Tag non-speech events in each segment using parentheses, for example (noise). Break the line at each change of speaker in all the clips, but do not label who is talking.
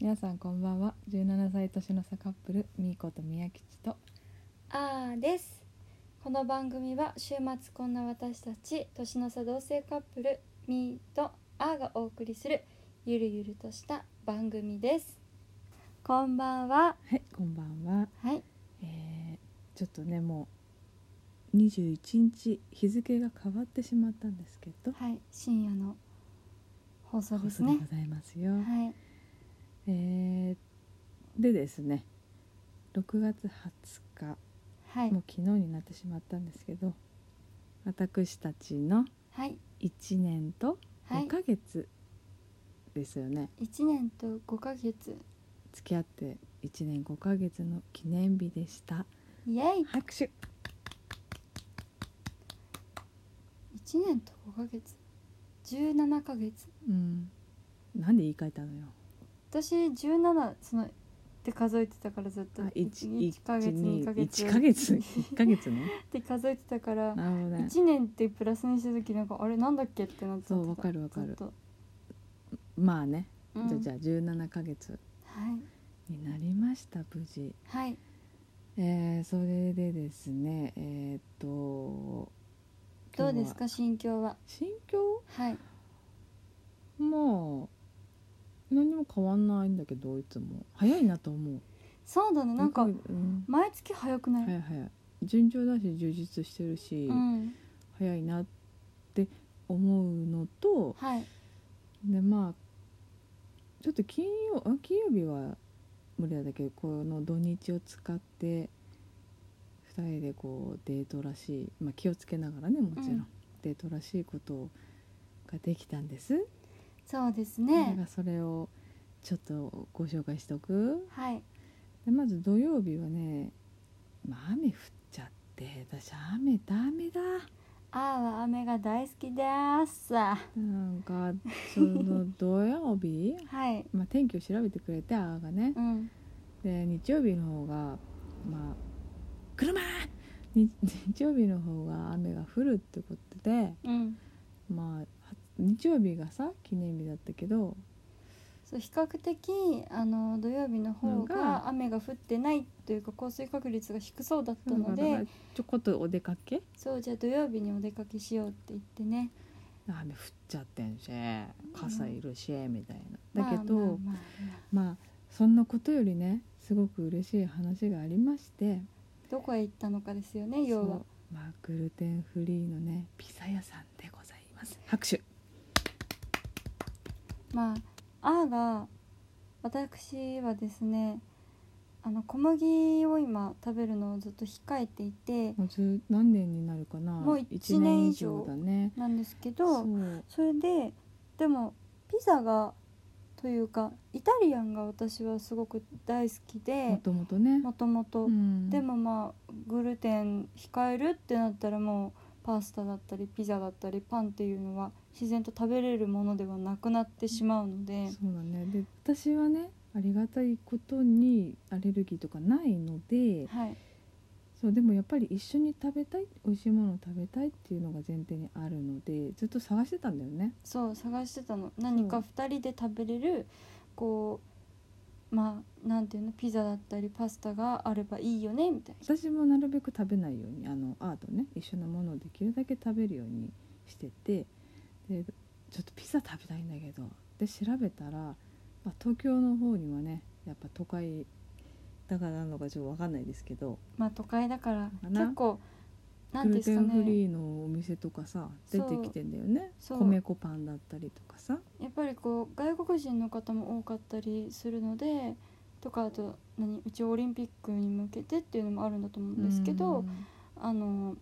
皆さんこんばんは17歳年の差カップルみーこと宮吉と
あーですこの番組は週末こんな私たち年の差同性カップルみーとあーがお送りするゆるゆるとした番組ですこんばんは
はいこんばんは
はい
えー、ちょっとねもう21日日付が変わってしまったんですけど
はい深夜の放送です
放
ね
送でございますよ、
はい
えー、でですね6月20日
はい
もう昨日になってしまったんですけど私たちの
はい
1年と
はい
5ヶ月ですよね、
1年と5ヶ月
付き合って1年5ヶ月の記念日でした
イエイ
拍手
1年と5ヶ月17ヶ月
うんなんで言い換えたのよ
私17そのって数えてたからずっと
あ一一
1ヶ月
二
2ヶ月
一ヶ月一ヶ月ね
(laughs) って数えてたから
なるほどね
一年ってプラスにした時なんかあれなんだっけってなってた
そうわかるわかる
ずっと
まあね、
うん
じゃあじゃあ17ヶ月
はい
になりました無事
はい
えー、それでですねえーっと
どう
今日
です
は
か心境は
心境
はい
まあ何も変わんないんだけどいつも早いなと思う
そうだねなんか
うん、
毎月早くない、
早い早い順調だし充実してるし、
うん
早いなって思うのと
はい
でまあちょっと金曜あ金曜日は無理だけどこの土日を使って2人でこうデートらしい、まあ、気をつけながらねもちろん、
うん
デートらしいことができたんです。
そうです
だか
ね
らそれをちょっとご紹介しておく
はい
でまず土曜日はね、まあ、雨降っちゃって私雨ダメだ。
あーは雨が大好きですは
なんかその土曜日、
い
まあ、天気を調べてくれてあーがね
うん
で日曜日の方がまあ車に日曜日の方が雨が降るってことで
うん
まあは日曜日がさ記念日だったけど
そう比較的あの土曜日の方
のが
が雨が降ってないというか降水確率が低そうだった
だ
の
から
で
ちょこっとお出かけ
そうじゃあ土曜日にお出かけしようって言ってね
雨降っちゃってんし傘いるしみたいなだけど、
まあまあまあまあ
まあそんなことよりねすごく嬉しい話がありまして。
どこへ行ったのかですよね要は
そうまあグルテンフリーのねピザ屋さんでございます拍手
まああーが私はですねあの小麦を今食べるのをずっと控えていて
もうず何年になるかな
もう一
一年以上だね
なんですけ
そ
ど
う
それででもピザがというかイタリアンが私はすごく大好き
も
で
ともとね、
もともと
うん、
でもまあグルテン控えるってなったらもうパスタだったりピザだったりパンっていうのは自然と食べれるものではなくなってしまうので
そうだねで私はねありがたいことにアレルギーとかないので
はい
そうでもやっぱり一緒に食べたい美味しいものを食べたいっていうのが前提にあるのでずっと探してたんだよね
そう探してたの何か2人で食べれるこうまあなんていうのピザだったりパスタがあればいいよねみたいな
私もなるべく食べないようにあのアートね一緒のものをできるだけ食べるようにしててでちょっとピザ食べたいんだけどで調べたら、まあ、東京の方にはねやっぱ都会だからなのかちょっと分かんないですけど
まあ都会だから
かな
結構なん
グ
ていう
ル
ん
テ
ですか
ンフ
ね
リーのお店とかさ出てきてんだよね
そうそう
米粉パンだったりとかさ
やっぱりこう外国人の方も多かったりするのでとかあと何うちオリンピックに向けてっていうのもあるんだと思うんですけど、
うん
あの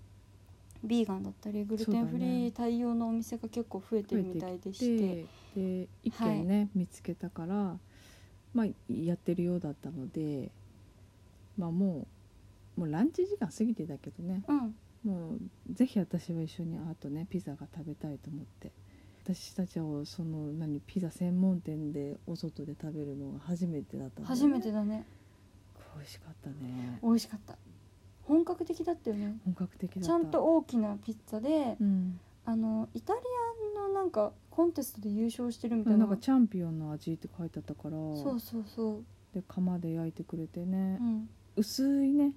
ビーガンだったりグルテンフリー対応のお店が結構増えてるみたいでして
でで一軒ね、見つけたからまあやってるようだったのでまあもうもうランチ時間過ぎてたけどね
うん
もうぜひ私は一緒にあとねピザが食べたいと思って私たちはその何ピザ専門店でお外で食べるのが初めてだったの、
初めてだね
美味しかったね
美味しかった本格的だったよね
本格的だった
ちゃんと大きなピッツァで、
うん
あのイタリアのなんかコンテストで優勝してるみたい
な
なん
かチャンピオンの味って書いてあったから
そうそうそう、
で釜で焼いてくれてね
う、ん、
薄いね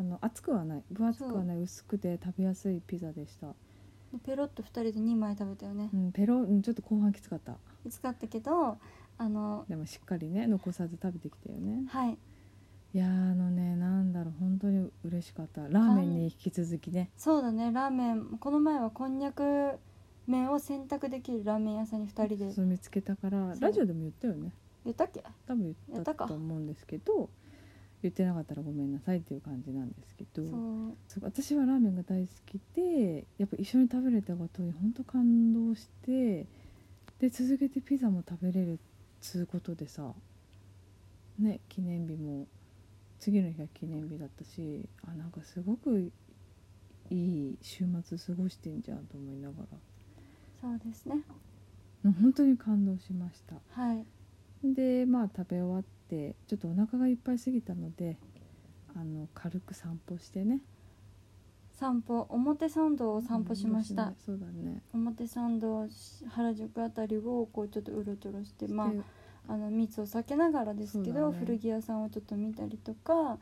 あの厚くはない分厚くはない薄くて食べやすいピザでした、
ペロッと2人で2枚食べたよね
う、ん、ペロうんちょっと後半きつかった
いつかったけどあの
でもしっかりね残さず食べてきたよね
はい
いやーあのねなんだろう本当に嬉しかったラーメンに引き続きね
そうだねラーメンこの前はこんにゃく麺を選択できるラーメン屋さんに2人で
そう見つけたから
そう
ラジオでも言ったよね
言ったっけ
多分言
や
っ
ったたか
と思うんですけど言ってなかったらごめんなさいっていう感じなんですけど
そう
そう私はラーメンが大好きでやっぱ一緒に食べれたことに本当感動してで続けてピザも食べれるっつうことでさね記念日も次の日が記念日だったしあなんかすごくいい週末過ごしてんじゃんと思いながら
そうですね
うん本当に感動しました
はい
でまあ食べ終わってちょっとお腹がいっぱいすぎたのであの軽く散歩してね
散歩表参道を散歩しました、
うんそうだね
表参道原宿あたりをこうちょっとうろちょろしてまあ
で
あの密を避けながらですけ
そ
ど、
うだね
古着屋さんをちょっと見たりとか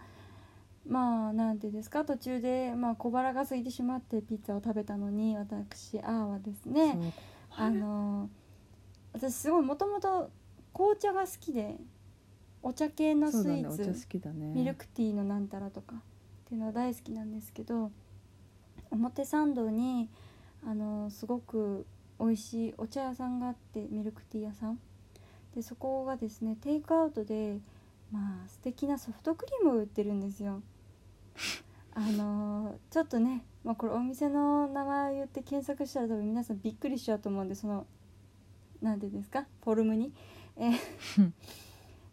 まあなんていうんですか途中で、まあ、小腹が空いてしまってピッツァを食べたのに私あーはですね
そう
あの私すごいもともと紅茶が好きでお茶系のス
そ
イ
うだね
ー
お
ツ、
茶好きだね
ミルクティーのなんたらとかっていうのは大好きなんですけど表参道にあのすごく美味しいお茶屋さんがあってミルクティー屋さんでそこがですねテイクアウトでまあ素敵なソフトクリームを売ってるんで
(laughs)
すよあのちょっとね、まあ、これお店の名前を言って検索したら多分皆さんびっくりしちゃうと思うんでそのなんていうんですかフォルムに、え
(laughs)
ー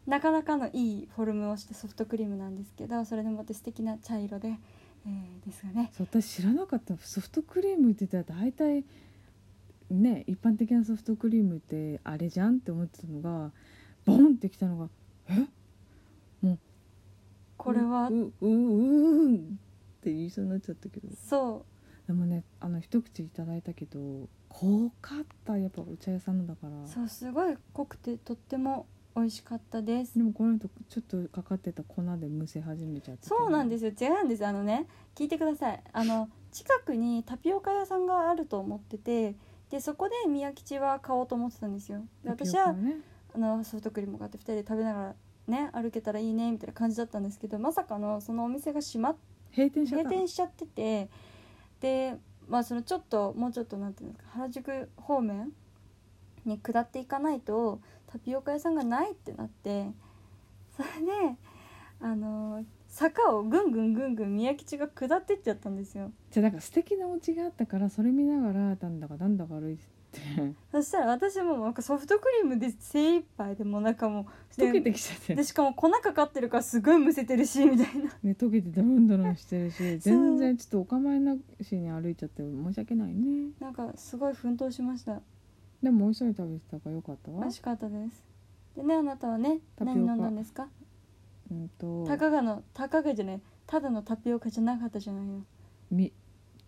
なかなかのいいフォルムをしたソフトクリームなんですけどそれでもって素敵な茶色で、えーですよね
そう私知らなかったソフトクリームって言ったら大体ね一般的なソフトクリームってあれじゃんって思ってたのがボンってきたのが
これは、
うううううんって言いそうになっちゃったけど
そ
でもねあの一口いただいたけど濃かったやっぱお茶屋さんのだから
うそうすごい濃くてとっても美味しかったです
でもこの人ちょっとかかってた粉でむせ始めちゃってた
そうなんですすよ違うんですあのね聞いてくださいあの近くにタピオカ屋さんがあると思っててでそこで宮吉は買おうと思ってたんですよで私はあのソフトクリーム買って2人で食べながらね歩けたらいいねみたいな感じだったんですけどまさかのそのお店が閉まっ
閉店しちゃっ
閉
た
店しちゃっててでまあそのちょっともうちょっとなんていうんですか原宿方面に下っていかないとタピオカ屋さんがないってなってそれであの坂をぐんぐんぐんぐん宮吉が下ってっちゃったんですよ
じゃあなんか素敵なお家があったからそれ見ながらなんだかなんだか歩い (laughs) てて
そしたら私もなんかソフトクリームで精一杯でもうなんかもう
溶け
で
てきちゃって
でしかも粉かかってるからすごいむせてるしみたいな
ね、溶けてドロンドロンして (laughs) るし全然ちょっとお構いなしに歩いちゃって申し訳ないね
なんかすごい奮闘しました
でも美味しそうに食べてたからよかった
美
わ
味しかったですでねあなたはね
タピオカ
何飲んだんですか
うんと
たかがのたかがじゃないただのタピオカじゃなかったじゃないの
み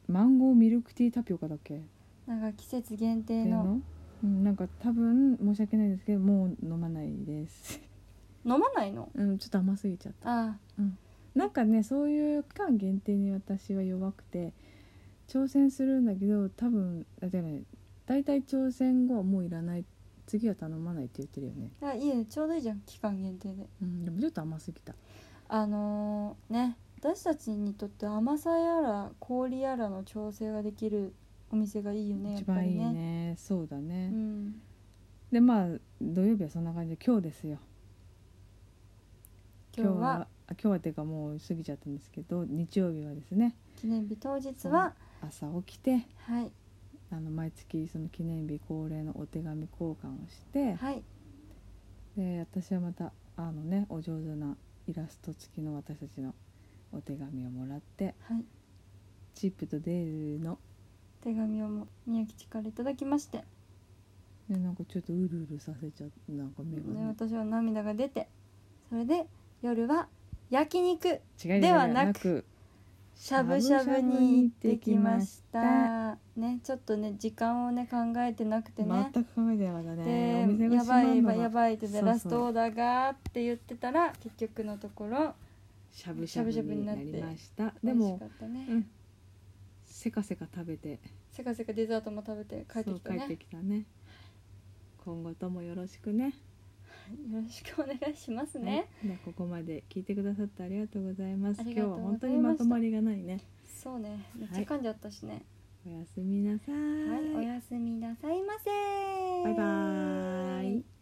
マンゴーミルクティータピオカだっけ
なんか季節限定
っていう
の
の、うん、なんか多分申し訳ないですけどもう飲まないです、
飲まないの
うん、ちょっと甘すぎちゃった
あ
なんかねそういう期間限定に私は弱くて挑戦するんだけど多分あじゃない大体挑戦後はもういらない次は頼まないって言ってるよね、
ああいいねちょうどいいじゃん期間限定で
うん、でもちょっと甘すぎた
あのーね私たちにとって甘さやら氷やらの調整ができるお店がいいよねやっ
一
ぱ
番
り
いい
ね
ねそうだ
う
ね、
ん、
でまあ土曜日はそんな感じで今日ですよ
今日は
あ今日はっていうかもう過ぎちゃったんですけど日曜日はですね
記念日当日は、
朝起きて
はい
あの毎月その記念日恒例のお手紙交換をして、
はい
で私はまたあのねお上手なイラスト付きの私たちのお手紙をもらって
はい
チップとデールの
手紙をも宮吉からいただきまして、
でなんかちょっとうるうるさせちゃうなんか目が
ね、
ね
私は涙が出てそれで夜は焼肉
違い
ではなく
白
しゃぶしゃぶに行ってきましたねちょっとね時間をね考えてなくてね
全く考えてなかったねお店
で
が
や
閉ま
ばい
る
やば
の
いや
が
ばいってで
そうそう
ラストオーダーがって言ってたら結局のところ
しゃぶしゃぶ
しゃぶしゃぶ
に
にな
な
って
りました
美
で
味し
も
かったね
うんせかせか食べて
せかせかデザートも食べて帰ってきた
そう帰
ね
ってきたね今後ともよろしくね
よろしくお願いしますね、
はい、じゃあここまで聞いてくださってありがとうございます
あり
今
が
日は
とうござい
本
まし
当にま
た
とまりがないね
そうねめっちゃ噛んじゃったしね
おやすみなさ
はい、おやすみなさいませ
バイバーイ